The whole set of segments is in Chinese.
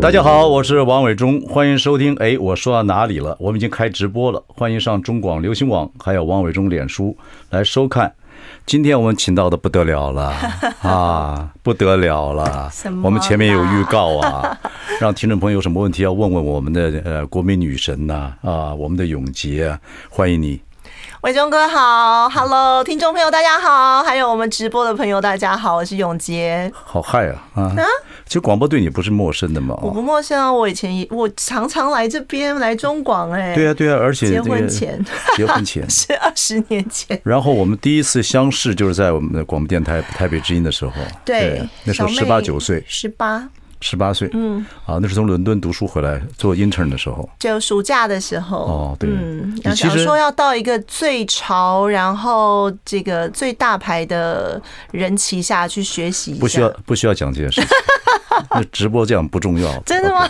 大家好，我是王伟忠，欢迎收听。哎，我说到哪里了？我们已经开直播了，欢迎上中广流行网，还有王伟忠脸书来收看。今天我们请到的不得了 了啊，不得了了什！么啊我们前面有预告啊， 让听众朋友有什么问题要问问我们的呃国民女神呐啊我们的永杰啊，欢迎你。伟忠哥好，Hello，听众朋友大家好，还有我们直播的朋友大家好，我是永杰。好嗨啊啊！其实广播对你不是陌生的嘛。哦我不陌生啊，我以前也我常常来这边来中广哎、对啊，对啊，而且结这个婚前 结婚前是二十年前，然后我们第一次相识就是在我们的广播电台台北之音的时候，那时候十八九岁，十八十八岁，嗯，啊，那是从伦敦读书回来做 intern 的时候，就暑假的时候哦对嗯你，然后其想实说要到一个最潮，然后这个最大牌的人旗下去学习一下，不需要不需要讲这件 事情，那直播这样不重要，真的吗？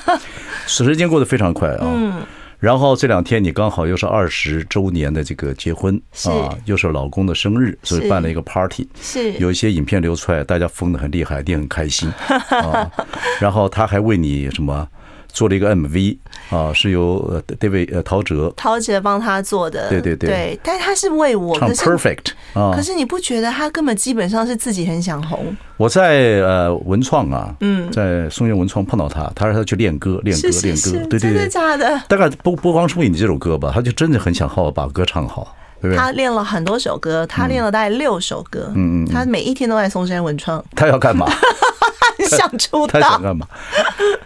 时间过得非常快啊，嗯。然后这两天你刚好又是二十周年的这个结婚是啊，又是老公的生日，所以是办了一个 party。是有一些影片流出来，大家疯的很厉害，一定很开心 啊。然后他还为你什么做了一个 MV 啊，是由呃 David 呃陶喆陶喆帮他做的，对对对对，但他是为我，唱可是 Perfect 啊可。是你不觉得他根本基本上是自己很想红，我在呃文创啊，嗯，在松原文创碰到他，他让他去练歌，练歌是，是练是歌，，对对真的对。假的？大概不不光是为你这首歌吧，他就真的很想好好把歌唱好，对不嗯对？他练了很多首歌，他练了大概六首歌，嗯嗯，他每一天都在松山文 创，他要干嘛？他想出他道想，干嘛？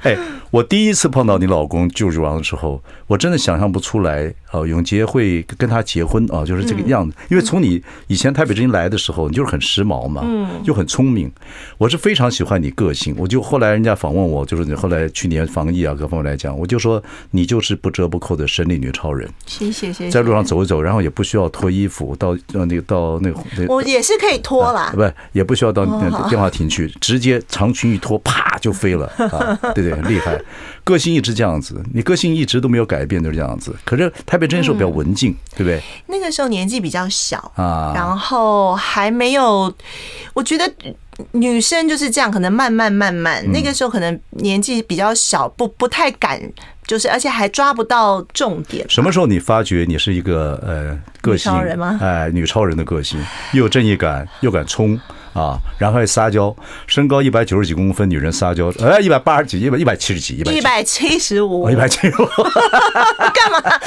哎，我第一次碰到你老公救主王的时候，我真的想象不出来，呃，永杰会跟他结婚啊，就是这个样子。因为从你以前台北之音来的时候，你就是很时髦嘛，又很聪明。我是非常喜欢你个性，我就后来人家访问我，就是你后来去年防疫啊各方面来讲，我就说你就是不折不扣的神力女超人，谢谢谢在谢，路上走一走，然后也不需要脱衣服到呃那个到那个那我也是可以脱啦，啊不，也不需要到哦那电话亭去，直接长裙一脱，啪就飞了 啊！对对，很厉害，个性一直这样子，你个性一直都没有改变，就是这样子。可是台北真是比嗯较文静，对不对？那个时候年纪比较小，啊，然后还没有，我觉得女生就是这样，可能慢慢慢嗯慢，那个时候可能年纪比较小，不不太敢，就是而且还抓不到重点。什么时候你发觉你是一个呃个性女超人吗哎，女超人的个性，又有正义感，又敢冲啊，然后还撒娇，身高一百九十几公分，女人撒娇，哎，一百八十几，一百一百七十几，一百一百七十五，一百七十， 干嘛？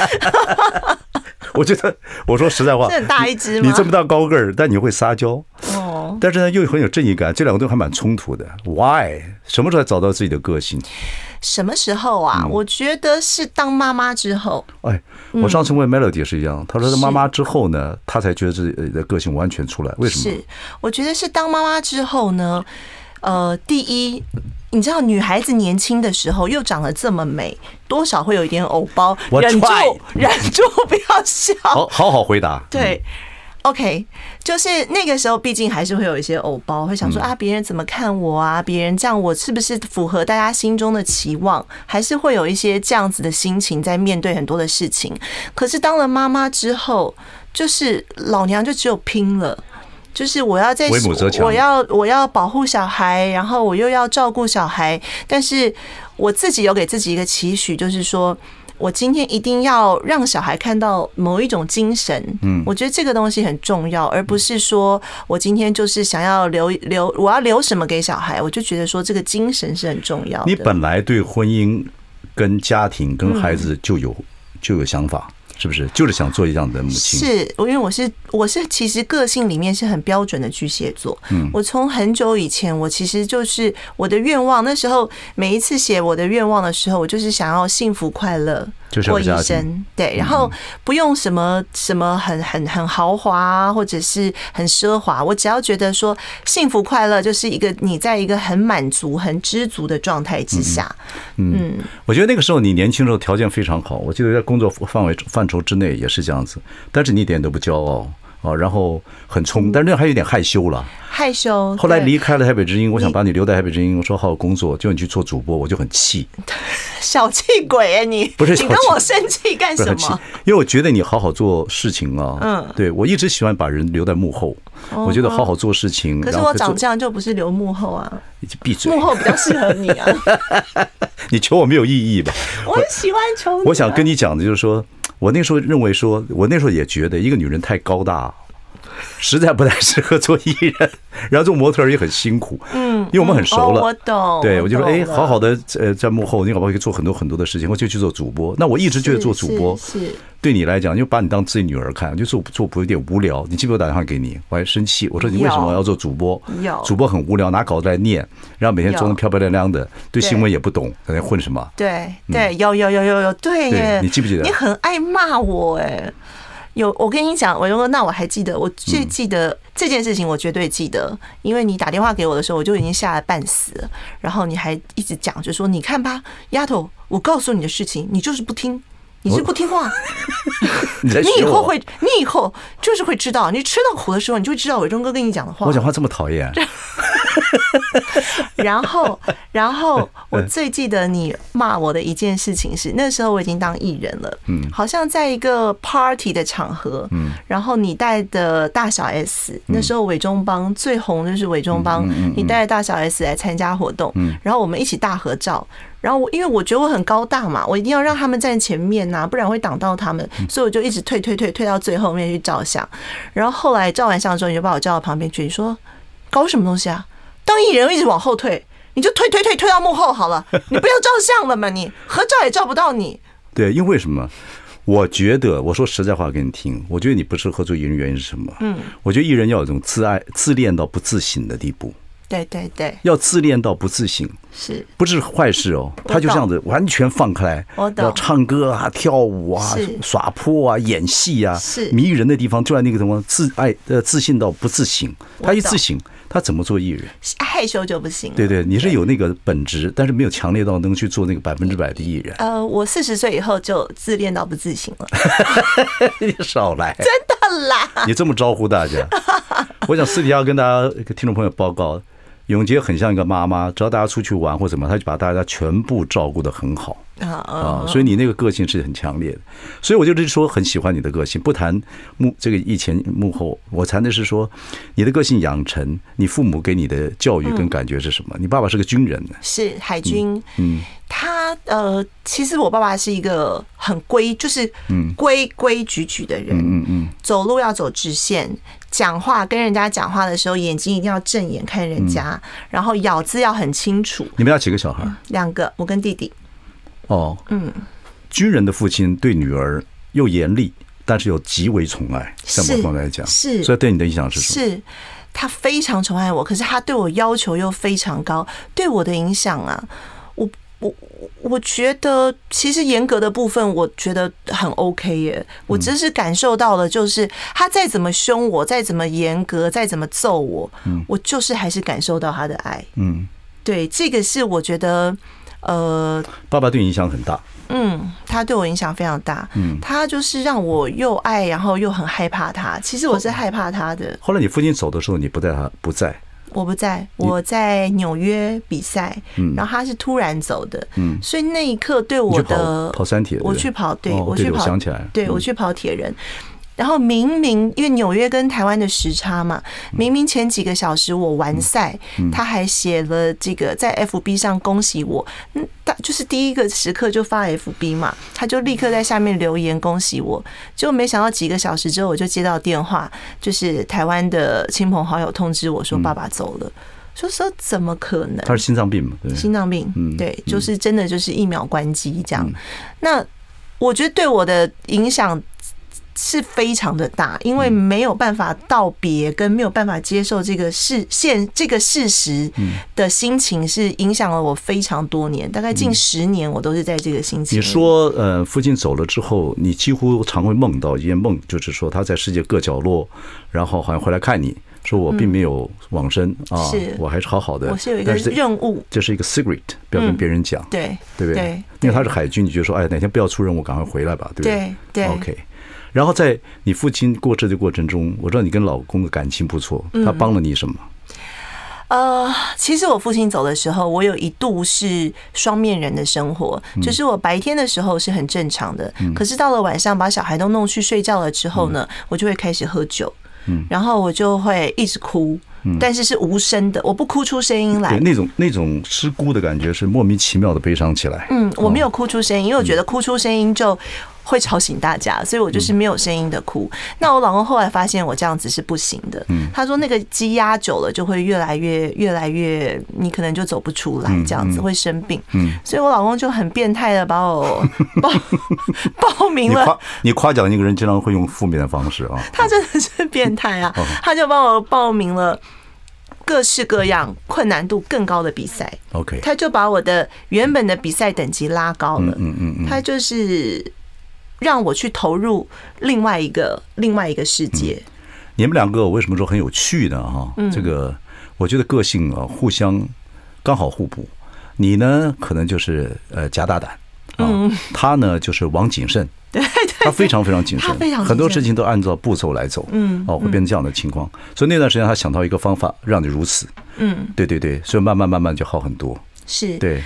我觉得我说实在话这，很大一只吗？你这么大高个儿，但你会撒娇。哦，但是呢，又很有正义感，这两个东西还蛮冲突的。Why？什么时候才找到自己的个性？什么时候啊？嗯我觉得是当妈妈之后，哎，我上次嗯问 Melody 也是一样，她说她妈妈之后呢，她才觉得自己的个性完全出来。为什么？是我觉得是当妈妈之后呢，呃，第一。你知道女孩子年轻的时候又长得这么美，多少会有一点偶包，我哦忍住 try，忍住不要笑。好好好回答。嗯对，OK，就是那个时候，毕竟还是会有一些偶包，会想嗯说啊，别人怎么看我啊？别人这样，我是不是符合大家心中的期望？还是会有一些这样子的心情在面对很多的事情。可是当了妈妈之后，就是老娘就只有拼了。就是我要在为母则，强我要我要保护小孩，然后我又要照顾小孩，但是我自己有给自己一个期许，就是说我今天一定要让小孩看到某一种精神。嗯，我觉得这个东西很重要，而不是说我今天就是想要留留，我要留什么给小孩，我就觉得说这个精神是很重要的。你本来对婚姻、跟家庭、跟嗯孩子就有、就有想法，是不是？就是想做一样的母亲。是我，因为我是我是其实个性里面是很标准的巨蟹座。嗯，我从很久以前，我其实就是我的愿望。那时候每一次写我的愿望的时候，我就是想要幸福快乐，就是过有一家庭嗯生，对，然后不用什么什么很很很豪华啊或者是很奢华，我只要觉得说幸福快乐就是一个你在一个很满足、很知足的状态之下，嗯，我觉得那个时候你年轻时候条件非常好，我记得在工作范围范畴之内也是这样子，但是你一点都不骄傲啊，然后很冲，但是那还有点害羞了。害羞。后来对离开了台北之音，我想你把你留在台北之音，我说好好工作，结果你去做主播，我就很气，小气鬼哎、你不是你小跟气我生气干不是 什很气么？，因为我觉得你好好做事情啊，嗯哦对我一直喜欢把人留在幕后，我觉得好好做事情，可嗯是然后我可以做长这样就不是留幕后啊，你闭嘴幕，后比较适合你 啊，你求我没有意义吧？我很喜欢求你啊、 我想跟你讲的就是说，我那时候认为说，我那时候也觉得一个女人太高大，实在不太适合做艺人， 然后做模特儿也很辛苦。嗯，因为我们很熟哦我了。懂，对，我就说，哎，懂了好好的，呃，在幕后，你搞不好可以做很多很多的事情，我就去做主播。那我一直觉得做主播啊是是是对你来讲，就把你当自己女儿看，就做做播有点无聊。你记不记得我打电话给你，我还生气，我说你为什么要做主播有？主播很无聊，拿稿子来念，然后每天装的漂漂亮亮的，对新闻也不懂，在那混什么？对对，有有有有有，对嗯对耶，你记不记得你很爱骂我哎。有，我跟你讲，我如果那我还记得，我最嗯记得、这件事情，我绝对记得，因为你打电话给我的时候，我就已经吓得半死了，然后你还一直讲，就说你看吧，丫头，我告诉你的事情，你就是不听，你是不听话，哎你在你以学后我？会，你以后就是会知道，你吃到苦的时候，你就会知道伟忠哥跟你讲的话。我讲话这么讨厌？ 然后，然后我最记得你骂我的一件事情是，那时候我已经当艺人了，嗯，好像在一个 party 的场合，嗯，然后你带的大小 S，、那时候伟忠帮最红就是伟忠帮，你带着大小 S 来参加活动，嗯，然后我们一起大合照。然后我因为我觉得我很高大嘛，我一定要让他们站前面呐、不然会挡到他们，所以我就一直退退退退到最后面去照相。然后后来照完相之后，你就把我叫到旁边去，你说搞什么东西啊？当艺人一直往后退，你就退退退退到幕后好 了，你不要照相了嘛，你合照也照不到你。对，因为什么？我觉得，我说实在话给你听，我觉得你不适合做艺人，原因是什么？嗯，我觉得艺人要有一种自爱、自恋到不自省的地步，对对对，要自恋到不自省，是不是坏事哦。懂他就这样子完全放开来，我懂要唱歌啊、跳舞啊是、耍泼啊、演戏啊，是迷人的地方就在那个地方，自爱呃自信到不自省。我他一懂自省，他怎么做艺人？害羞就不行。对。对，你是有那个本质，但是没有强烈到能去做那个百分之百的艺人。 呃，我四十岁以后就自恋到不自信 了，你少来。真的啦。 你这么招呼大家，我想私底下跟大家听众朋友报告，永杰很像一个妈妈，只要大家出去玩或怎么，她就把大家全部照顾得很好啊啊，所以你那个个性是很强烈的，所以我就是说很喜欢你的个性，不谈幕这个以前幕后，我谈的是说你的个性养成，你父母给你的教育跟感觉是什么？你爸爸是个军人，是海军，嗯，他呃，其实我爸爸是一个很规，就是规规矩矩的人，嗯嗯，走路要走直线，讲话跟人家讲话的时候，眼睛一定要正眼看人家，然后咬字要很清楚。你们家几个小孩？两个，我跟弟弟，哦，嗯，军人的父亲对女儿又严厉，但是又极为宠爱，在某方面来讲，是所以对你的影响是什么？是他非常宠爱我，可是他对我要求又非常高，对我的影响啊，我我我我觉得其实严格的部分，我觉得很 OK 耶，我只是感受到了，就是他再怎么凶我，再怎么严格，再怎么揍我，我就是还是感受到他的爱。嗯，对，这个是我觉得。呃，爸爸对你影响很大，嗯，他对我影响非常大。嗯，他就是让我又爱，然后又很害怕他。其实我是害怕他的。后来你父亲走的时候，你不在他不在，我不在，我在纽约比赛，然后他是突然走的，所以那一刻对嗯你我去跑的跑山铁，对不我对去跑，对哦我对去我跑，想起来了对我去跑铁人。然后明明因为纽约跟台湾的时差嘛，明明前几个小时我完赛，他还写了这个在 FB 上恭喜我，嗯，他就是第一个时刻就发 FB 嘛，他就立刻在下面留言恭喜我，就没想到几个小时之后我就接到电话，就是台湾的亲朋好友通知我说爸爸走了，说说怎么可能？他是心脏病嘛，对不对，心脏病，对，就是真的就是一秒关机这样。那我觉得对我的影响是非常的大，因为没有办法道别，跟没有办法接受这个事现这个事实的心情，是影响了我非常多年，大概近十年，我都是在这个心情。你说，呃，父亲走了之后，你几乎常会梦到一些梦，就是说他在世界各角落，然后好像回来看你，说我并没有往生、啊嗯是，我还是好好的。我是有一个但这任务，嗯这是一个 secret，不要跟别人讲，对对不对？对因为他是海军，你就说，哎，哪天不要出任务，赶快回来吧，对不对对 OK。然后在你父亲过世的过程中，我知道你跟老公的感情不错，嗯他帮了你什么？呃，其实我父亲走的时候，我有一度是双面人的生活，就是我白天的时候是很正常的，可是到了晚上把小孩都弄去睡觉了之后呢，我就会开始喝酒，然后我就会一直哭，但是是无声的，我不哭出声音来对，。那种那种失孤的感觉是莫名其妙的悲伤起来。嗯，我哦没有哭出声音，因为我嗯觉得哭出声音就会吵醒大家，所以我就是没有声音的哭。那我老公后来发现我这样子是不行的，嗯他说那个积压久了就会越来越越来越，你可能就走不出来，嗯这样子会生病。所以我老公就很变态的把我 报报名你了夸你夸奖一个人，经常会用负面的方式啊。他真的是变态哦啊！他就帮我报名了各式各样、困难度更高的比赛， OK，他就把我的原本的比赛等级拉高了。嗯嗯嗯，他就是让我去投入另外一个另外一个世界。你们两个为什么说很有趣呢？哈、嗯这个我觉得个性啊，互相刚好互补。你呢，可能就是呃假大胆啊，嗯他呢就是王谨慎。 对他非常非常谨他慎非常谨，慎很多事情都按照步骤来走，嗯，哦，会变成这样的情况。所以那段时间，他想到一个方法，让你如此，嗯，对对对，所以慢慢慢慢就好很多，是，对。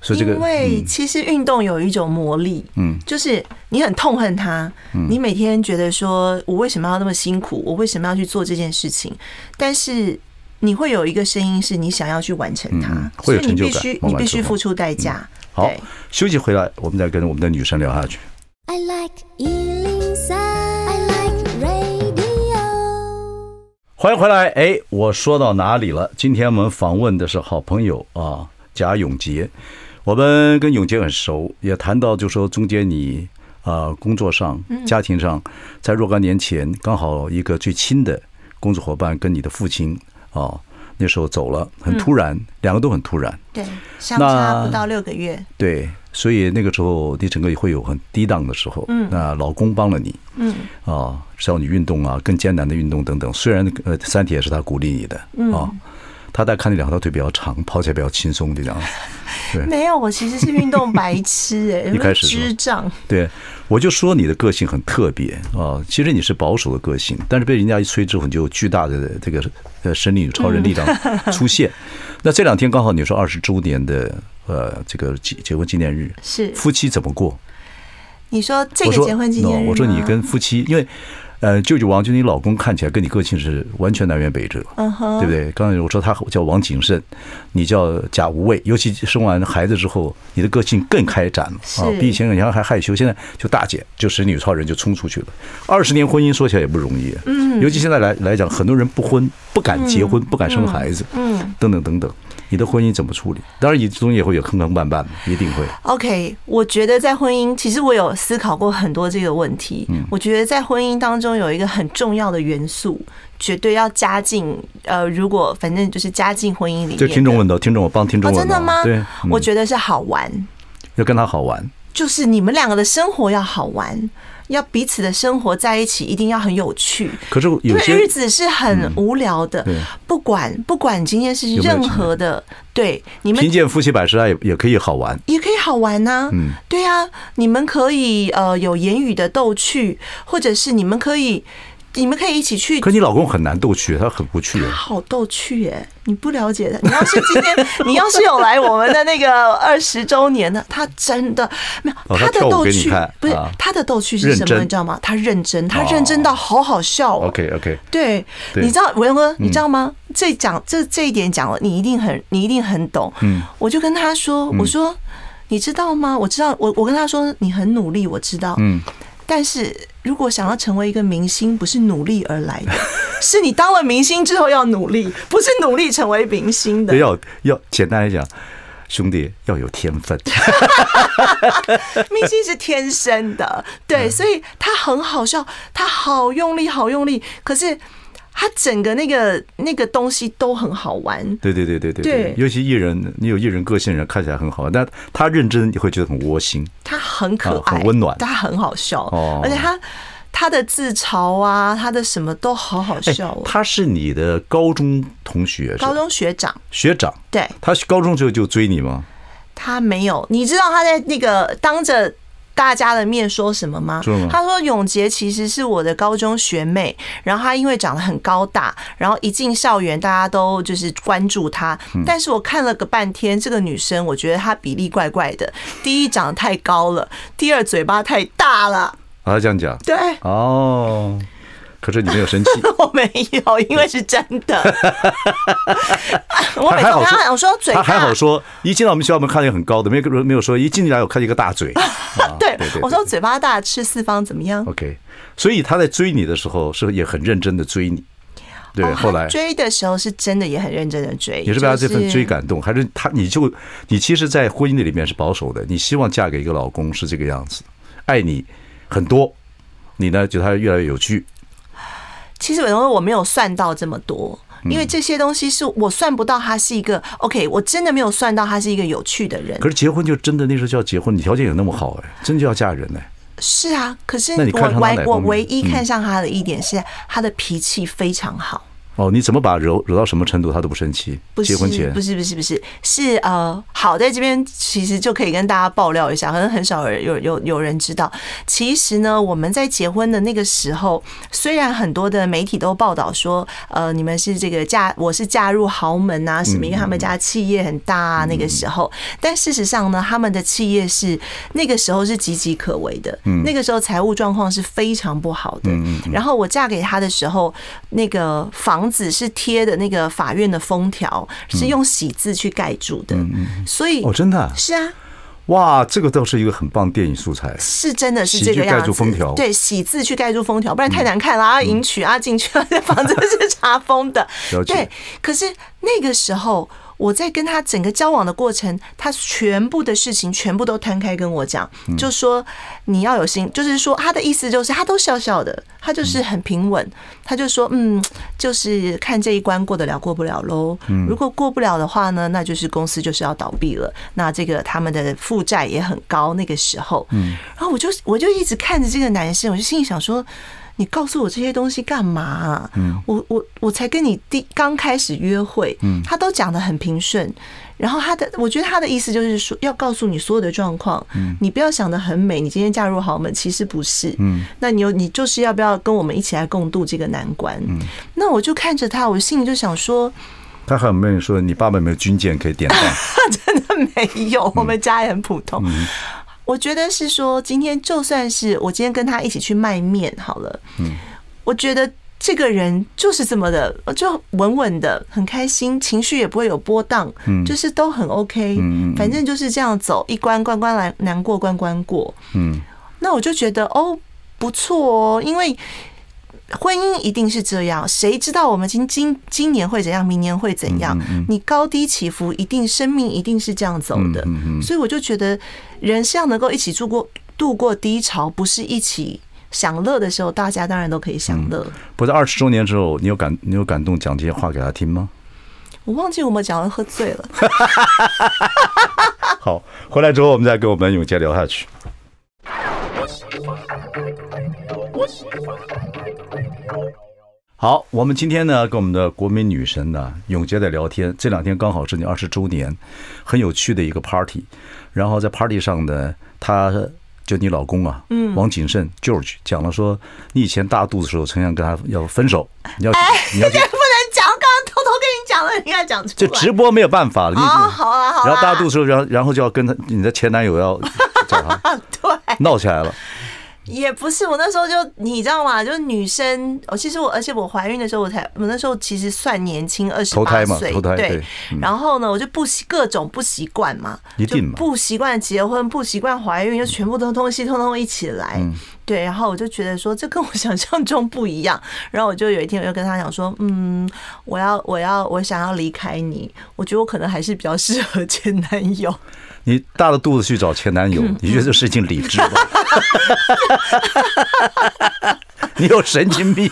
所以这个嗯因为其实运动有一种魔力，嗯，就是你很痛恨它，嗯你每天觉得说我为什么要那么辛苦，我为什么要去做这件事情，但是。你会有一个声音，是你想要去完成它，嗯嗯会有所以成你就必感须完你成必须后付出代价。好对，休息回来，我们再跟我们的女神聊下去。 I like Ealing Sound. I like radio. 欢迎回来，哎，我说到哪里了？今天我们访问的是好朋友啊，贾永杰。我们跟永杰很熟，也谈到就说中间你啊、呃工作上、嗯家庭上，在若干年前刚好一个最亲的工作伙伴跟你的父亲啊那时候走了，嗯很突然，两个都很突然，对，相差那不到六个月， 对，所以那个时候你整个会有很低档的时候。嗯，那老公帮了你。嗯，啊，教你运动啊，更艰难的运动等等。虽然呃，三体也是他鼓励你的。啊，他大概看你两条腿比较长，跑起来比较轻松，这啊样。对没有，我其实是运动白痴哎、欸，一开始是吗智障，对，我就说你的个性很特别啊，其实你是保守的个性，但是被人家一催之后，你就有巨大的这个呃神力女超人力 量出现。那这两天刚好你说二十周年的呃这个结结婚纪念日，是夫妻怎么过？你说这我个说结婚纪念日 no，吗我说你跟夫妻，因为呃，舅舅王就你老公看起来跟你个性是完全南辕北辙，嗯哼对不对？刚才我说他叫王谨慎，你叫贾无畏，尤其生完孩子之后，你的个性更开展了啊，是比以前你还还害羞，现在就大姐，就是女超人就冲出去了。二十年婚姻说起来也不容易，嗯，尤其现在来来讲，很多人不婚，不敢结婚，不敢生孩子，嗯，等等等等。你的婚姻怎么处理？当然，你中间也会有坑坑绊绊，一定会。 OK，我觉得在婚姻，其实我有思考过很多这个问题。嗯我觉得在婚姻当中有一个很重要的元素，绝对要加进呃，如果反正就是加进婚姻里面这的。听众问到，听众我帮听众哦，问到，真的吗？对，嗯我觉得是好玩，要跟他好玩。就是你们两个的生活要好玩，要彼此的生活在一起一定要很有趣。可是因有为些嗯日子是很无聊的，对不管不管今天是有没有任钱何的，对你们贫贱夫妻百事哀也也可以好玩，也可以好玩呐、嗯对啊，你们可以呃有言语的逗趣，或者是你们可以，你们可以一起去。可你老公很难逗趣，他很不趣。好逗趣耶、你不了解的。你要是今天，你要是有来我们的那个二十周年的，他真的没有、哦他的跳舞逗给你趣看，不是、啊他的逗趣是认什么？真你知道吗？他认真，他哦认真到好好笑、哦。 OK OK，对，对嗯你知道文哥，你知道吗？这讲这这一点讲了，你一定很你一定很懂。嗯，我就跟他说，我说你知道吗？我知道，我我跟他说你很努力，我知道。嗯，但是如果想要成为一个明星，不是努力而来的， 是你当了明星之后要努力，不是努力成为明星的要要简单来讲，兄弟要有天 分，明星是天生的，嗯对，所以他很好笑，他好用力，好用力，可是他整个那个那个东西都很好玩。对对对对对对尤其艺人，你有艺人个性的人看起来很好，但他认真你会觉得很窝心。他很可啊爱，很温暖他很好笑，哦而且他他的自嘲啊，他的什么都好好哎笑、哦。他是你的高中同学，是吧高中学长，学长，对他高中时候就追你吗？他没有，你知道他在那个当着。大家的面说什么吗说什么？他说永杰其实是我的高中学妹，然后她因为长得很高大，然后一进校园大家都就是关注她。嗯但是我看了个半天，这个女生我觉得她比例怪怪的，第一长得太高了，第二嘴巴太大了，啊，他这样讲对。哦。可是你没有生气， 我没有，因为是真 的。我每次还好跟他说讲，我说嘴他大，还好说，一进到我们学校门看见很高的，没有没有说一进来我看见一个大 嘴。啊对对对，我说嘴巴大吃四方怎么样？ OK，所以他在追你的时候是也很认真的追你，对，哦他后来追的时候是真的也很认真的追，也是被他这份追就是。感动，还是他你就你其实，在婚姻的里面是保守的，你希望嫁给一个老公是这个样子，爱你很多，你呢觉得他越来越有趣，其实有时候我没有算到这么多。因为嗯这些东西是我算不到，他是一个 OK，我真的没有算到他是一个有趣的人可。是结婚就真的那时候就要结婚，你条件也那么好哎，真就要嫁人哎，是啊，可是那你我看上他哪唯方我面唯一嗯看上他的一点是他的脾气非常好。哦，你怎么把惹惹到什么程度他都不生气？不是结婚前不是不是不是是呃，好，在这边其实就可以跟大家爆料一下，可能很少人有有有人知道。其实呢，我们在结婚的那个时候，虽然很多的媒体都报道说，呃，你们是这个嫁，我是嫁入豪门啊嗯什么，因为他们家企业很大啊，那个时候，但事实上呢，他们的企业是那个时候是岌岌可危的，嗯那个时候财务状况是非常不好的。然后我嫁给他的时候，那个房子是贴的那个法院的封条，嗯是用喜字去盖住的，所以哦，真的啊、是啊，哇，这个倒是一个很棒的电影素材。是真的是这个喜字盖样住子，封条嗯对，喜字去盖住封条，不然太难看了。啊，迎娶啊，进去啊，这房子是查封的了。解对，可是那个时候我在跟他整个交往的过程，他全部的事情全部都摊开跟我讲，就说你要有心，就是说他的意思就是他都笑笑的，他就是很平稳，他就说嗯，就是看这一关过得了过不了喽。如果过不了的话呢，那就是公司就是要倒闭了，那这个他们的负债也很高，那个时候，嗯，然后我就我就一直看着这个男生，我就心里想说。你告诉我这些东西干嘛、啊？我我我才跟你第刚开始约会，他都讲的很平顺，然后他的我觉得他的意思就是说要告诉你所有的状况，你不要想的很美，你今天嫁入豪门其实不是，那你有你就是要不要跟我们一起来共度这个难关？那我就看着他，我心里就想说，他还有没有说你爸爸有没有军舰可以典当？没有，我们家也很普通。我觉得是说，今天就算是我今天跟他一起去卖面好了，我觉得这个人就是这么的，就稳稳的，很开心，情绪也不会有波荡，就是都很 OK，反正就是这样走，一关关关来，难过关关过，嗯，那我就觉得哦，不错哦，因为。婚姻一定是这样，谁知道我们今今今年会怎样，明年会怎嗯样？你高低起伏，一定生命一定是这样走嗯的。所以我就觉得，人是要能够一起度过度过低潮，不是一起享乐的时候，大家当然都可以享乐。不是二十周年之后，你有感你有感动讲这些话给他听吗？我忘记我们讲了喝醉了。 好，回来之后我们再跟我们永杰聊下去。好，我们今天呢，跟我们的国民女神呢永杰在聊天。这两天刚好是你二十周年，很有趣的一个 party。然后在 party 上呢，她就你老公啊，嗯，王谨慎 George 讲了说，你以前大肚子的时候，曾想跟他要分手，你要哎去，你要这去 个，不能讲，刚刚偷偷跟你讲了，你该讲出来。这直播没有办法了，你已经哦，好啊，好啊。然后大肚子的时候，然后然后就要跟他你的前男友要找他 对，闹起来了。也不是，我那时候就你知道吗？就是女生，我其实我，而且我怀孕的时候，我才我那时候其实算年轻，二十投胎八嘛岁，投胎对嗯对。然后呢，我就不习各种不习惯嘛，一定就嘛不习惯结婚，不习惯怀孕，就全部都东西通通一起来。嗯对，然后我就觉得说这跟我想象中不一样，然后我就有一天我就跟他讲说，嗯，我要我要我想要离开你，我觉得我可能还是比较适合前男友。你大着肚子去找前男友，嗯你觉得这事情理智吗？ 你有神经病！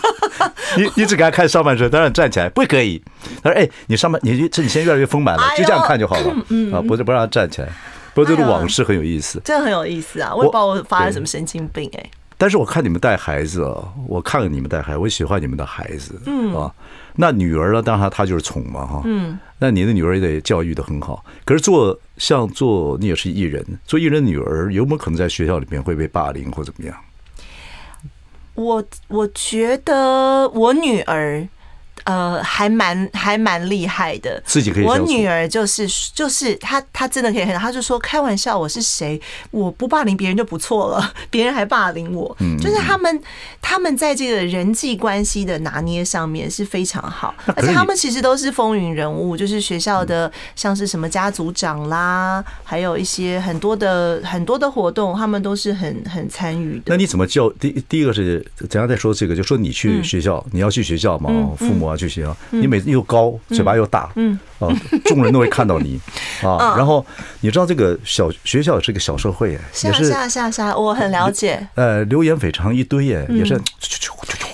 你你只给他看上半身，当然站起来不可以。他说：“哎，你上半你这你现在越来越丰满了，哎呦嗯哎就这样看就好了啊，不是不让他站起来。”不过这个往事很有意思。真的很有意思啊！我也不知道我发了对什么神经病哎、但是我看你们带孩子啊，我看了你们带孩子，我喜欢你们的孩子，嗯啊，那女儿呢，当然她就是宠嘛哈，嗯，那你的女儿也得教育的很好。可是做像做你也是艺人，做艺人的女儿有没有可能在学校里面会被霸凌或怎么样？我我觉得我女儿，呃，还蛮还蛮厉害的。自己可以我相处女儿就是就是她她真的可以很，她就说开玩笑，我是谁，我不霸凌别人就不错了， 别人还霸凌我，嗯就是他们他们在这个人际关系的拿捏上面是非常好，可而是且你他们其实都是风云人物，就是学校的像是什么家族长啦，还有一些很多的很多的活动，他们都是很很参与的那。你怎么教？第第一个是怎样再说这个？就说你去学校，你要去学校嘛，哦父母啊去学校，你每次又高，嘴巴又大，嗯啊，众人都会看到你啊。然后你知道这个小学校是一个小社会，是也啊是是啊是啊是啊，我很了解，呃，流言蜚常一堆耶，嗯也 是，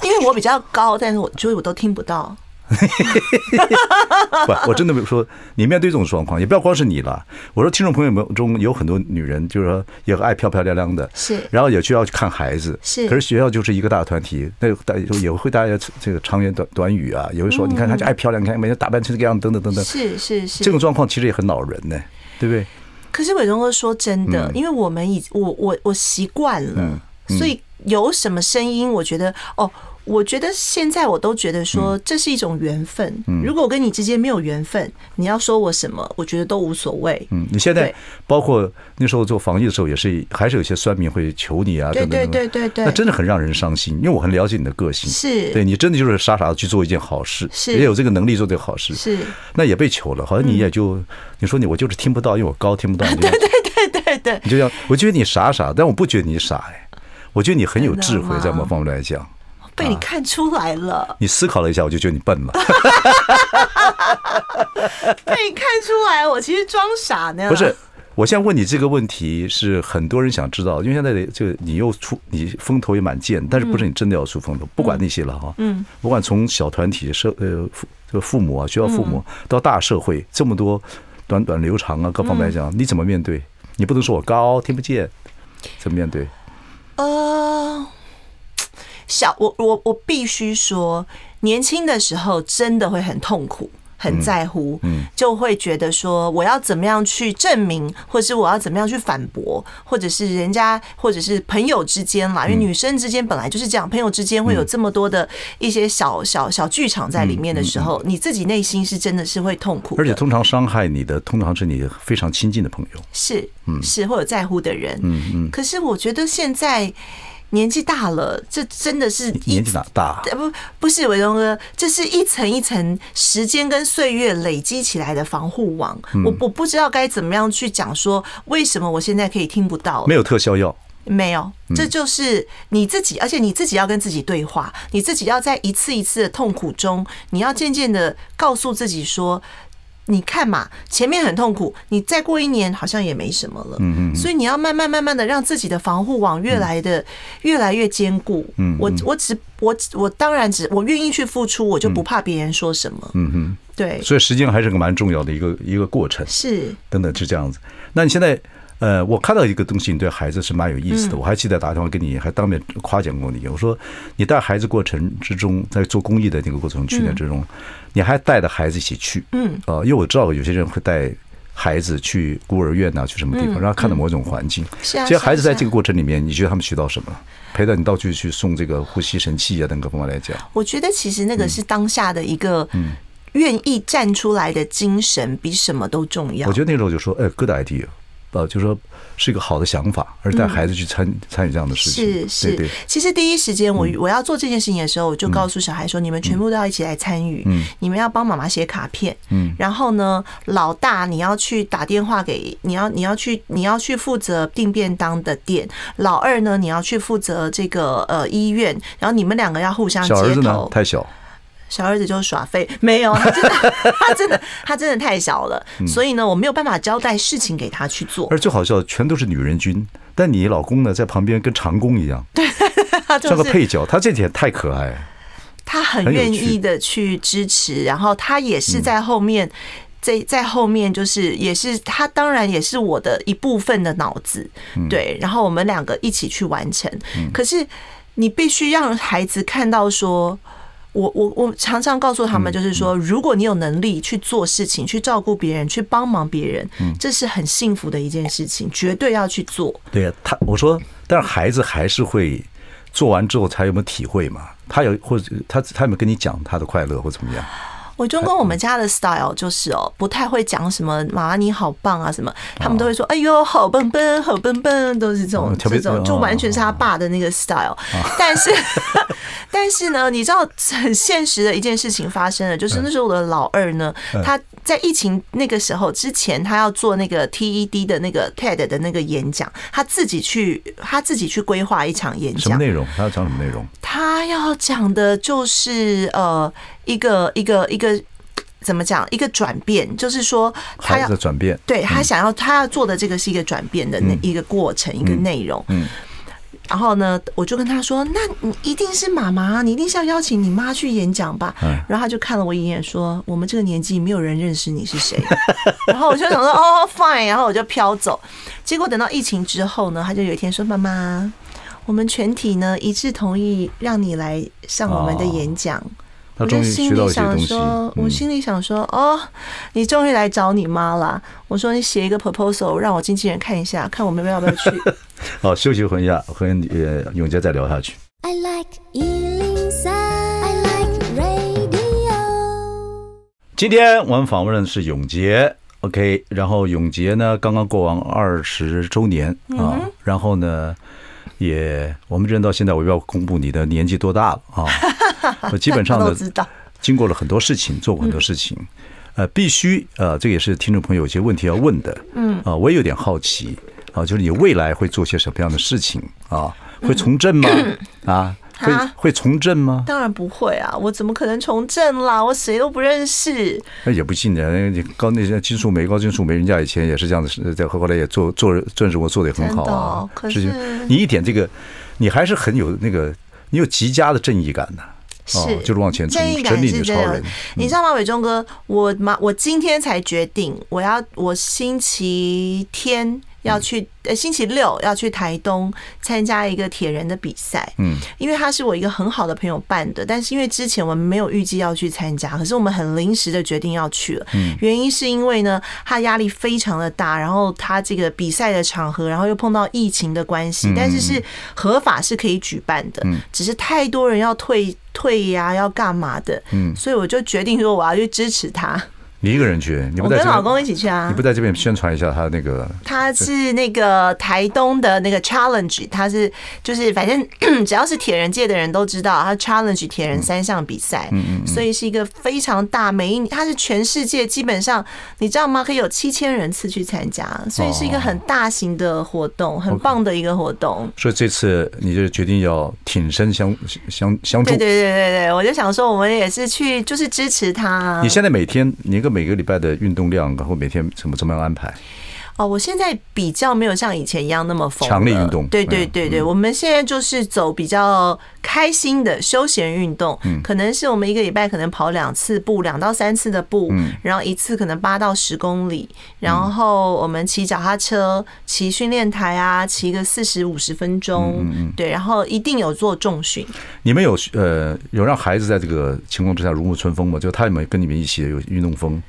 因为我比较高，但是我就是我都听不到。不，我真的没有说，你面对这种状况，也不要光是你了。我说听众朋友们中有很多女人，就是说也爱漂漂亮亮的，是然后也去要去看孩子，是可是学校就是一个大团体，那大也会大家这个长言短短语啊，也会说，你看她就爱漂亮，你看每天打扮成这个样，等等等等，嗯是是是，这种状况其实也很恼人呢，对不对？可是伟忠哥说真的，嗯因为我们已我我我习惯了，所以有什么声音，我觉得哦。我觉得现在我都觉得说嗯这是一种缘分。如果我跟你之间没有缘分，你要说我什么，我觉得都无所谓。嗯，你现在对包括那时候做防疫的时候，也是还是有些酸民会求你啊，对等等等对等对对对，那真的很让人伤心，因为我很了解你的个性，是对你真的就是傻傻的去做一件好事，是也有这个能力做这个好事，是 嗯那也被求了，好像你也就、你说你我就是听不到，因为我高 听不到，你就对对对，你就要，我觉得你傻傻，但我不觉得你傻哎，我觉得你很有智慧，真的吗在某方面来讲，被啊你看出来了，你思考了一下，我就觉得你笨了，被你看出来，我其实装傻呢。不是。我现在问你这个问题是很多人想知道，因为现在这个你又出你风头也蛮健，但是不是你真的要出风头？不管那些了哈，嗯，不管从小团体社呃父这个父母啊学校父母到大社会这么多短短流长啊各方面来讲，你怎么面对？你不能说我高听不见，怎么面对？呃，小我我我必须说，年轻的时候真的会很痛苦。很嗯在乎，就会觉得说我要怎么样去证明，或者是我要怎么样去反驳，或者是人家，或者是朋友之间啦，因嗯为女生之间本来就是这样，朋友之间会有这么多的一些小小小剧场在里面的时嗯候，你自己内心是真的是会痛苦的，而且通常伤害你的，通常是你非常亲近的朋友。是，嗯是会有在乎的人。嗯嗯。可是我觉得现在年纪大了，这真的是你一年纪大大，呃不不是伟东哥，这是一层一层时间跟岁月累积起来的防护网。嗯我我不知道该怎么样去讲说为什么我现在可以听不到了没有特效药，没有，这就是你自己，而且你自己要跟自己对话，你自己要在一次一次的痛苦中，你要渐渐的告诉自己说。你看嘛，前面很痛苦，你再过一年好像也没什么了。嗯嗯，所以你要慢慢慢慢的让自己的防护网越来的、越来越坚固。嗯，我我只我我当然只我愿意去付出，我就不怕别人说什么。嗯哼，对，所以时间还是个蛮重要的一个一个过程，是等等是这样子。那你现在，呃，我看到一个东西，你对孩子是蛮有意嗯思的。我还记得打电话跟你还当面夸奖过你，我说你带孩子过程之中，在做公益的那个过程去嗯年之中，你还带着孩子一起去，嗯，啊，因为我知道有些人会带。孩子去孤儿院啊呐、去什么地方，让他看到某种环境。嗯是啊其实孩子是啊在这个过程里面，你觉得他们学到什么？陪着你到处去送这个呼吸神器啊，等各方面来讲。我觉得其实那个嗯是当下的一个愿意站出来的精神，比什么都重要。我觉得那时候就说，哎，good idea，呃，就是说是一个好的想法，而带孩子去参参与这样的事情，是嗯是，对嗯对，其实第一时间我我要做这件事情的时候，我就告诉小孩说，你们全部都要一起来参与，嗯你们要帮妈妈写卡片，嗯然后呢，老大你要去打电话给，你要你要去你要去负责订便当的店，老二呢你要去负责这个呃医院，然后你们两个要互相小儿接子呢头。太小，小儿子就是耍废，没有，他真的 他真的他真的太小了，所以呢，我没有办法交代事情给他去做，嗯而最好笑的全都是女人军，但你老公呢在旁边跟长工一样， 他就像个是配角，他这点太可爱了。他很很有愿趣嗯意的去支持，然后他也是在后面，在在后面就是也是他当然也是我的一部分的脑子，嗯对，然后我们两个一起去完成。可是你必须让孩子看到说。我我我常常告诉他嗯们，就是说，如果你有能力去做事情，去照顾别人，去帮忙别人，嗯这是很幸福的一件事情，绝对要去做。对呀，他我说，但是孩子还是会做完之后才有没有体会嘛？他有或者他他有没有跟你讲他的快乐或怎么样？我就跟我们家的 style 就是哦，不太会讲什么“妈你好棒啊”什哦么，他们都会说“哎呦好笨笨，好笨笨”，都是这种哦特这别种，哦就完全是他爸的那 个 style。但是， 但是呢，你知道很现实的一件事情发生了，嗯就是那时候我的老二呢，他在疫情那个时候之前，他要做那个 TED 的那个 TED 的那个演讲，他自己去他自己去规划一场演什讲么。内容？他要讲什么内容？他要讲的就是呃，一个一个一个怎么讲？一个转变，就是说他孩要子的转变，对他想要他要做的这个是一个转变的那一个过程，一个内容。嗯，然后呢，我就跟他说：“那你一定是妈妈，啊你一定是要邀请你妈去演讲吧。嗯然后他就看了我一眼，说：“我们这个年纪，没有人认识你是谁。”然后我就想说：“哦，fine。”然后我就飘走。结果等到疫情之后呢，他就有一天说：“妈妈，我们全体呢一致同意让你来上我们的哦演讲。他我终就于心学到里一些想东西。嗯说，我心里想说，哦，你终于来找你妈啦！我说你写一个 proposal 让我经纪人看一下，看我们要不要去。好，休息一会儿一下，和呃永杰再聊下去。 I like Ealing Sound. I like radio. 今天我们访问的是永杰，OK，然后永杰呢刚刚过完二十周年嗯啊，然后呢也我们认到现在，我要公布你的年纪多大了啊， 我 基本上大家呢都知道嗯经过了很多事情，做过很多事情，呃，必须呃，这也是听众朋友有些问题要问的，嗯，啊，我也有点好奇啊，就是你未来会做些什么样的事情啊？会从政吗？啊，会啊会从政吗？当然不会啊，我怎么可能从政啦？我谁都不认识。那也不尽然，你高那些金素梅、高金素梅，人家以前也是这样的，在后来也做做钻石，我做的也很好真的啊哦。可就是你一点这个，你还是很有那个，你有极佳的正义感的、是哦，就是往前冲正义，感整理你是的这超样人。嗯你知道吗，伟忠哥？我妈，我今天才决定，我要我星期天要嗯去，呃，星期六要去台东参加一个铁人的比赛。嗯，因为他是我一个很好的朋友办的，但是因为之前我们没有预计要去参加，可是我们很临时的决定要去了。嗯原因是因为呢，他压力非常的大，然后他这个比赛的场合，然后又碰到疫情的关嗯系，但是是合法是可以举办的，只是太多人要退退呀、要干嘛的，嗯所以我就决定说我要去支持他，你一个人去，你不我在跟这老边，公一起去啊你不。在这边宣传一下他那个他是那个台东的那个 challenge，他是就是反正 只要是铁人界的人都知道，他 challenge 铁人三项比赛，嗯所以是一个非常大，每一他是全世界基本上你知道吗？可以有七千人次去参加，所以是一个很大型的活动，哦很棒的一个活动。所以这次你就决定要挺身相相相助对。对对对对，我就想说，我们也是去就是支持他你。现在每天，你一个每个礼拜的运动量，然后每天怎么怎么样安排？哦，我现在比较没有像以前一样那么疯了，强力运动哎嗯对对对对，我们现在就是走比较开心的休闲运动，嗯可能是我们一个礼拜可能跑两次步，两到三次的步，嗯然后一次可能八到十公里，然后我们骑脚踏车、骑训练台啊，骑个四十五十分嗯钟，对，然后一定有做重训。你们有呃有让孩子在这个情况之下如沐春风吗？就他有没有跟你们一起有运动风？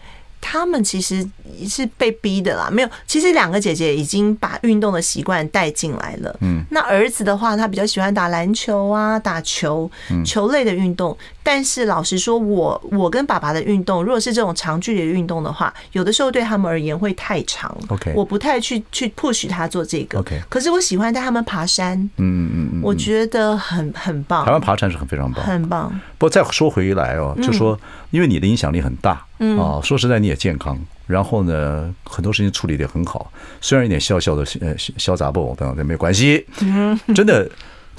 他们其实是被逼的啦，没有。其实两个姐姐已经把运动的习惯带进来了。嗯，那儿子的话，他比较喜欢打篮球啊，打球，嗯球类的运动。但是老实说，我我跟爸爸的运动，如果是这种长距离的运动的话，有的时候对他们而言会太长。 OK 我不太去去 push 他做这个。 OK 可是我喜欢带他们爬山，嗯嗯嗯，我觉得很很棒台，湾爬山是很非常棒。很棒。不过再说回来哦，嗯就说因为你的影响力很大，嗯啊，说实在你也健康，然后呢，很多事情处理的很好，虽然有点小小的呃小杂不等等没关系，嗯真的。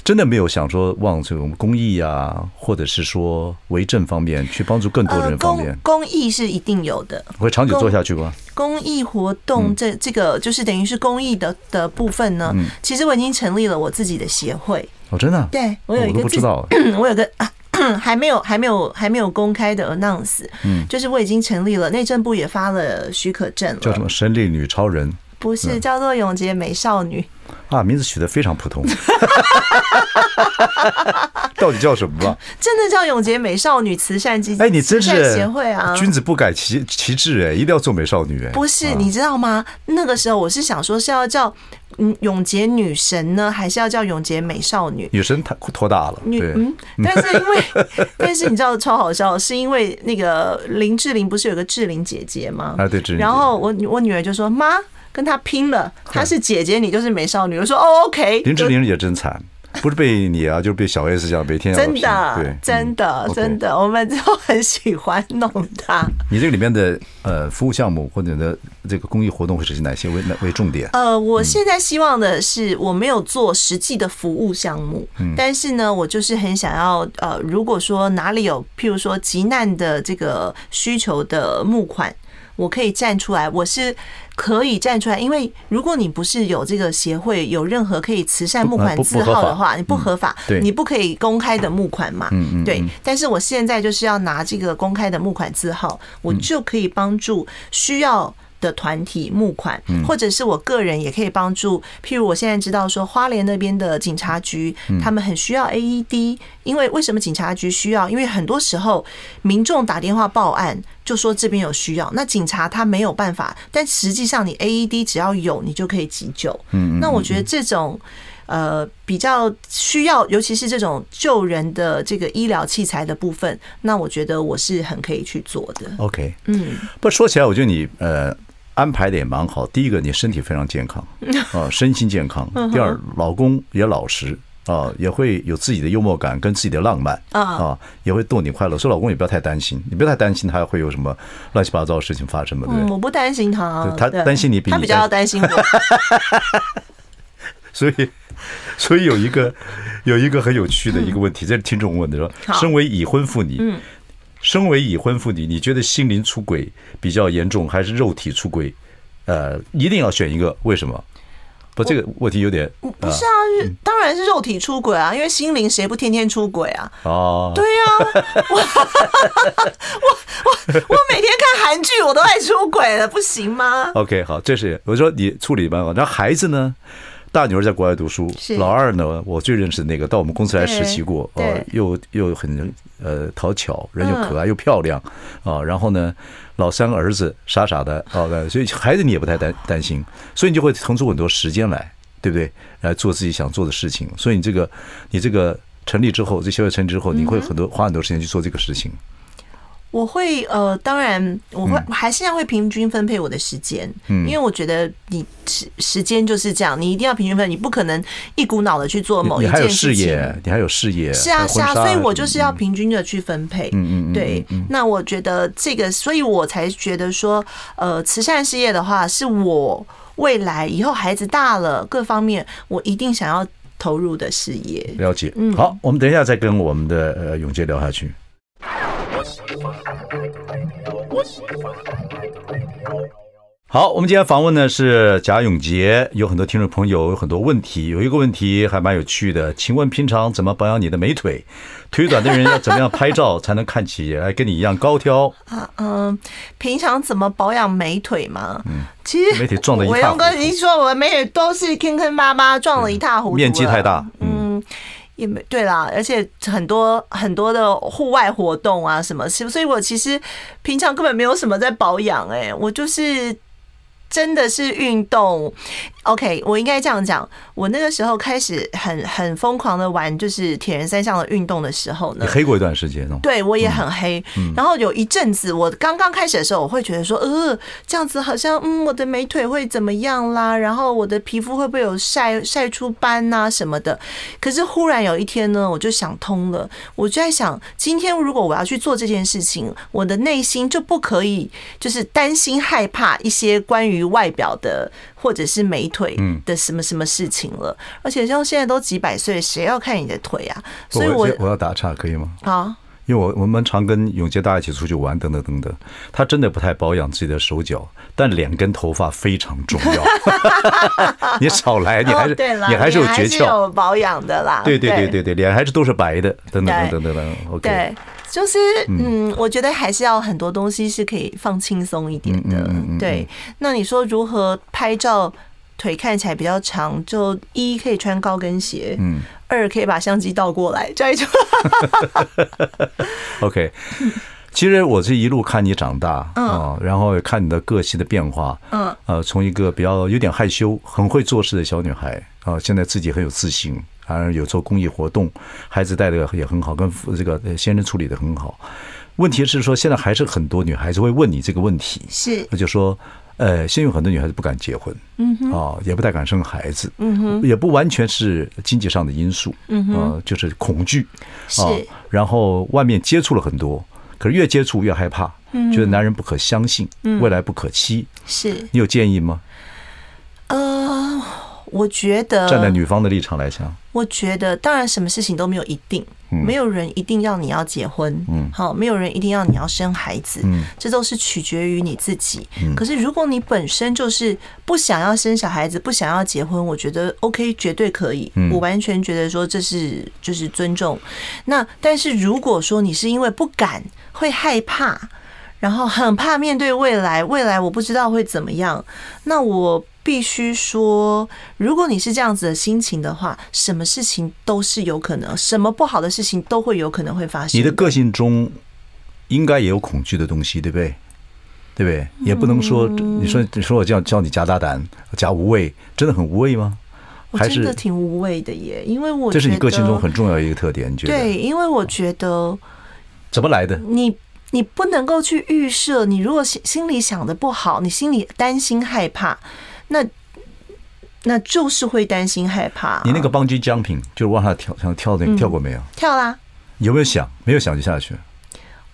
真的没有想说往这种公益啊，或者是说为政方面去帮助更多人方面呃公，公益是一定有的，会长久做下去吗？公益活嗯动这这个就是等于是公益的的部分呢，其实我已经成立了我自己的协会，哦，真的啊，对我我有一都个不自知道， 我有个。啊还没有，还没有，还没有公开的 announce，嗯，就是我已经成立了，内政部也发了许可证叫什 了，么嗯神力女超人不是叫做永杰美少女，啊，名字取得非常普 通，到底叫什么啊吧？真的叫永杰美少女慈善基 金，哎，你真慈善是协会啊，君子不改其其志哎，一定要做美少女哎。不是，啊你知道吗？那个时候我是想说是要叫嗯永杰女神呢，还是要叫永杰美少女？女生太拖大了，女对， 嗯，但是因为， 但是你知道超好笑，是因为那个林志玲不是有个志玲姐姐吗？啊对志玲姐姐然后我我女儿就说：“妈，跟她拼了，她是姐姐，你就是美少女。”我说：“哦，OK。”林志玲也真惨，不是被你啊，就是被小 S 这样每天要真对的嗯，真的， OK 真的，我们都很喜欢弄她。你这个里面的呃服务项目或者你的这个公益活动会是哪些为哪为重点？呃，我现在希望的是，我没有做实际的服务项目，嗯但是呢，我就是很想要，呃，如果说哪里有，譬如说急难的这个需求的募款。我可以站出来，我是可以站出来，因为如果你不是有这个协会有任何可以慈善募款不不字不合号的法话，你不合法，对你不可以公开的募款嘛，嗯嗯对。但是我现在就是要拿这个公开的募款字号，我就可以帮助需要。的团体募款，或者是我个人也可以帮助。譬如我现在知道说，花莲那边的警察局，他们很需要 AED，因为为什么警察局需要？因为很多时候民众打电话报案，就说这边有需要，那警察他没有办法，但实际上你 AED 只要有，你就可以急救。嗯，那我觉得这种。呃，比较需要，尤其是这种救人的这个医疗器材的部分，那我觉得我是很可以去做的。 OK，嗯，不说起来，我觉得你呃安排的也蛮好。第一个，你身体非常健 康啊、身心健康；第二，老公也老实啊、也会有自己的幽默感跟自己的浪漫啊、也会逗你快乐。所以，老公也不要太担心，你不要太担心他会有什么乱七八糟的事情发生嘛，对不嗯，对？我不担心他对，他对担心你比他你比较担要担心我。 所以，所以有一个有一个很有趣的一个问题，这是听众问的嗯好嗯说，身为已婚妇女，身为已婚妇女，你觉得心灵出轨比较严重，还是肉体出轨？呃，一定要选一个，为什么？不，这个问题有点呃不是啊，是当然是肉体出轨啊，因为心灵谁不天天出轨啊？哦，对呀、啊，我 我我我每天看韩剧我都爱出轨了，不行吗？ OK，好，这是我说你处理蛮好。然后孩子呢，大女儿在国外读书是，老二呢，我最认识的那个到我们公司来实习过，对嗯呃，又又很呃讨巧，人又可爱又漂亮啊。然后呢，老三个儿子傻傻的啊，对所以孩子你也不太担担心，所以你就会腾出很多时间来，对不对？来做自己想做的事情。所以你这个你这个成立之后，这协会成立之后，嗯你会很多花很多时间去做这个事情。我会呃，当然我嗯会、还是要会平均分配我的时间，因为我觉得你时时间就是这样，你一定要平均分配，你不可能一股脑的去做你某你一还有件事事情。业，你还有事业，是还啊，有是婚啊，纱所以什我么就是的嗯要平均的去分配。嗯嗯嗯对。那我觉得这个，所以我才觉得说，呃，慈善事业的话，是我未来以后孩子大了各方面，我一定想要投入的事业。了解，好，我们等一下再跟我们的呃永杰聊下去。好，我们今天访问呢是贾永杰，有很多听众朋友有很多问题，有一个问题还蛮有趣的，请问平常怎么保养你的美腿？腿短的人要怎么样拍照才能看起来跟你一样高挑？嗯，平常怎么保养美腿嘛？其实嗯美腿撞得一我塌糊用涂哥已经说，我的美腿都是坑坑巴巴，撞了一塌糊涂了，面积太大嗯，也没对啦，而且很多很多的户外活动啊什么，是所以我其实平常根本没有什么在保养，哎，我就是真的是运动。OK，我应该这样讲，我那个时候开始很很疯狂的玩就是铁人三项的运动的时候你，呢黑过一段时间哦。对我也很黑。然后有一阵子，我刚刚开始的时候，我会觉得说，呃，这样子好像，嗯，我的美腿会怎么样啦？然后我的皮肤会不会有晒晒出斑呐、什么的？可是忽然有一天呢，我就想通了，我就在想，今天如果我要去做这件事情，我的内心就不可以就是担心害怕一些关于外表的。或者是美腿的什么什么事情了，而且像现在都几百岁，谁要看你的腿啊？所以我我我要打岔，可以吗？啊，因为我我们常跟永杰大家一起出去玩，等等等等，他真的不太保养自己的手脚，但脸跟头发非常重要。 你少来，你还是、哦、对了，你还是有你诀还是窍。有保养的啦。对对对对对，脸还是都是白的，等等等等等等。对 OK，就是嗯，我觉得还是要很多东西是可以放轻松一点的。嗯嗯嗯嗯对，那你说如何拍照腿看起来比较长？就一可以穿高跟鞋，嗯二可以把相机倒过来，这样就 OK。其实我是一路看你长大啊，然后也看你的个性的变化，嗯，呃，从一个比较有点害羞、很会做事的小女孩啊，现在自己很有自信，而有做公益活动，孩子带的也很好，跟夫这个呃先生处理的很好。问题是说，现在还是很多女孩子会问你这个问题，是那就说，呃，现在有很多女孩子不敢结婚，嗯哼，啊，也不太敢生孩子，嗯哼，也不完全是经济上的因素，嗯哼，呃，就是恐惧，是啊然后外面接触了很多，可是越接触越害怕，嗯，觉得男人不可相信，嗯未来不可期，是你有建议吗？呃，我觉得站在女方的立场来讲，我觉得，当然什么事情都没有一定，没有人一定要你要结婚，嗯好，没有人一定要你要生孩子，嗯这都是取决于你自己。可是如果你本身就是不想要生小孩子，不想要结婚，我觉得 OK，绝对可以，嗯我完全觉得说这是就是尊重。那但是如果说你是因为不敢，会害怕，然后很怕面对未来，未来我不知道会怎么样。那我必须说，如果你是这样子的心情的话，什么事情都是有可能，什么不好的事情都会有可能会发生。你的个性中应该也有恐惧的东西，对不对？对不对？也不能说嗯你说你说我叫叫你加大胆、加无畏，真的很无畏吗？我还真是的挺无畏的耶，因为我这是你觉个性得中很重要的一个特点？你觉得对，因为我觉得怎么来的？你。你不能够去预设，你如果心心里想的不好，你心里担心害怕，那那就是会担心害怕啊、你那个蹦极 jumping 就是往下跳，想跳那嗯个跳过没有？跳啦，有没有想？没有想就下去。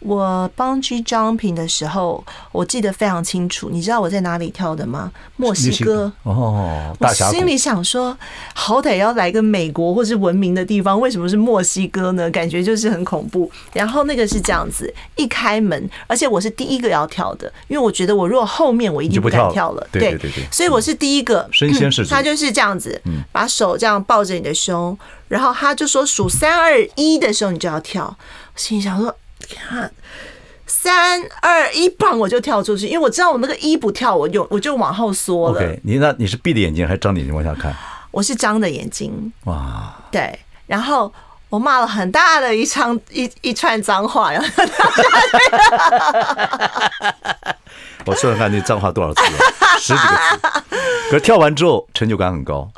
我 bungee jumping 的时候，我记得非常清楚。你知道我在哪里跳的吗？墨你西哥。哦，我大峡心谷里想说，好歹要来个美国或是文明的地方，为什么是墨西哥呢？感觉就是很恐怖。然后那个是这样子，一开门，而且我是第一个要跳的，因为我觉得我如果后面我一你就定不不敢跳跳了了。对对对对所以我是第一个。嗯身先士卒嗯他就是这样子，把手这样抱着你的胸，然后他就说数三二一的时候你就要跳。我心里想说，看三二一，棒我就跳出去，因为我知道我那个一不跳，我就我就往后缩了。 ，OK，你那你是闭着眼睛还是张着眼睛往下看？我是张着眼睛，哇，对，然后我骂了很大的一场 一一串脏话，然后 我算算看那脏话多少次了，十几个字。可是跳完之后成就感很高，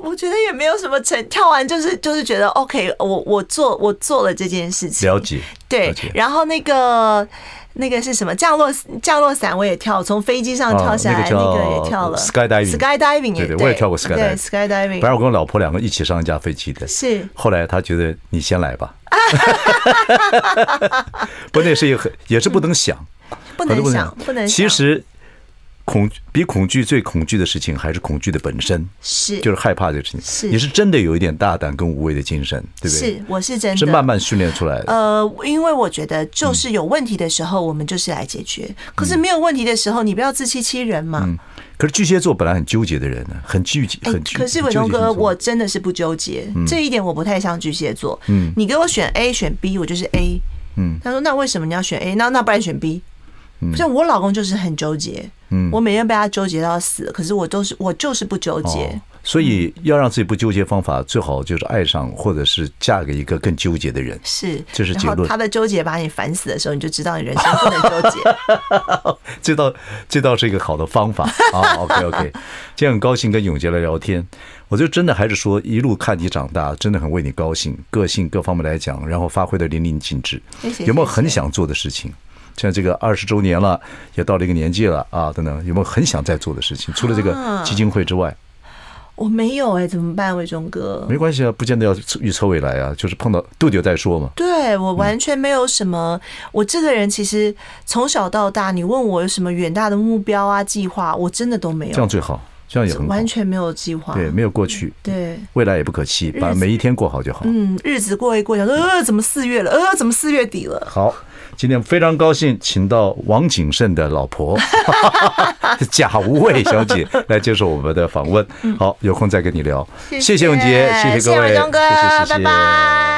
我觉得也没有什么成，跳完就是就是觉得 OK，我我做我做了这件事情，了解。对了解，然后那个。那个是什么降落降落伞我也跳，从飞机上跳下来、哦那个叫也跳了 skydiving skydiving 也对对我也跳过 skydiving 对 skydiving，本来我跟我老婆两个一起上一架飞机的，是后来她觉得你先来吧， 不，那是一个很也是不能想，嗯不很多能想不能想，其实恐比恐惧最恐惧的事情还是恐惧的本身，是就是害怕这个事情。是你是真的有一点大胆跟无畏的精神，对不对？是我是真的是慢慢训练出来的。呃，因为我觉得嗯就是有问题的时候，我们就是来解决。可是没有问题的时候，你不要自欺欺人嘛。可是巨蟹座本来很纠结的人呢，很纠结，哎嗯很纠。可是伟很纠东结哦哥，星座我真的是不纠结，这一点我不太像巨蟹座。嗯你给我选 A 选 B，我就是 A。嗯，他说那为什么你要选 A？那那不然选 B？像我老公就是很纠结，嗯我每天被他纠结到死，可是我都是我就是不纠结哦。所以嗯要让自己不纠结方法，最好就是爱上或者是嫁给一个更纠结的人。是，这是然结后论他的纠结把你烦死的时候，你就知道你人生不能纠 结。这倒这倒是一个好的方 法啊。OK OK，今天很高兴跟永杰来聊天，我就真的还是说一路看你长大，真的很为你高兴，个性各方面来讲，然后发挥的淋漓尽致。谢谢有没有谢谢很想做的事情？像这个二十周年了，也到了一个年纪了啊，等等，有没有很想再做的事情？除了这个啊基金会之外，我没有哎、怎么办，魏忠哥？没关系啊，不见得要预测未来啊，就是碰到度丢再说嘛。对我嗯完全没有什么，我这个人其实从小到大，你问我有什么远大的目标啊、计划，我真的都没这样有，最好，这样也很好完。全没有计划。对，没有过去，对未来也不可期，把日子每一天过好就好。嗯，日子过一过，想说呃，怎么四月了？呃，怎么四月底了？好，今天非常高兴请到王景胜的老 婆 贾无畏小姐来接受我们的访问。好，有空再跟你聊。谢谢永杰，谢嗯谢各位，伟忠哥，谢谢谢谢拜拜。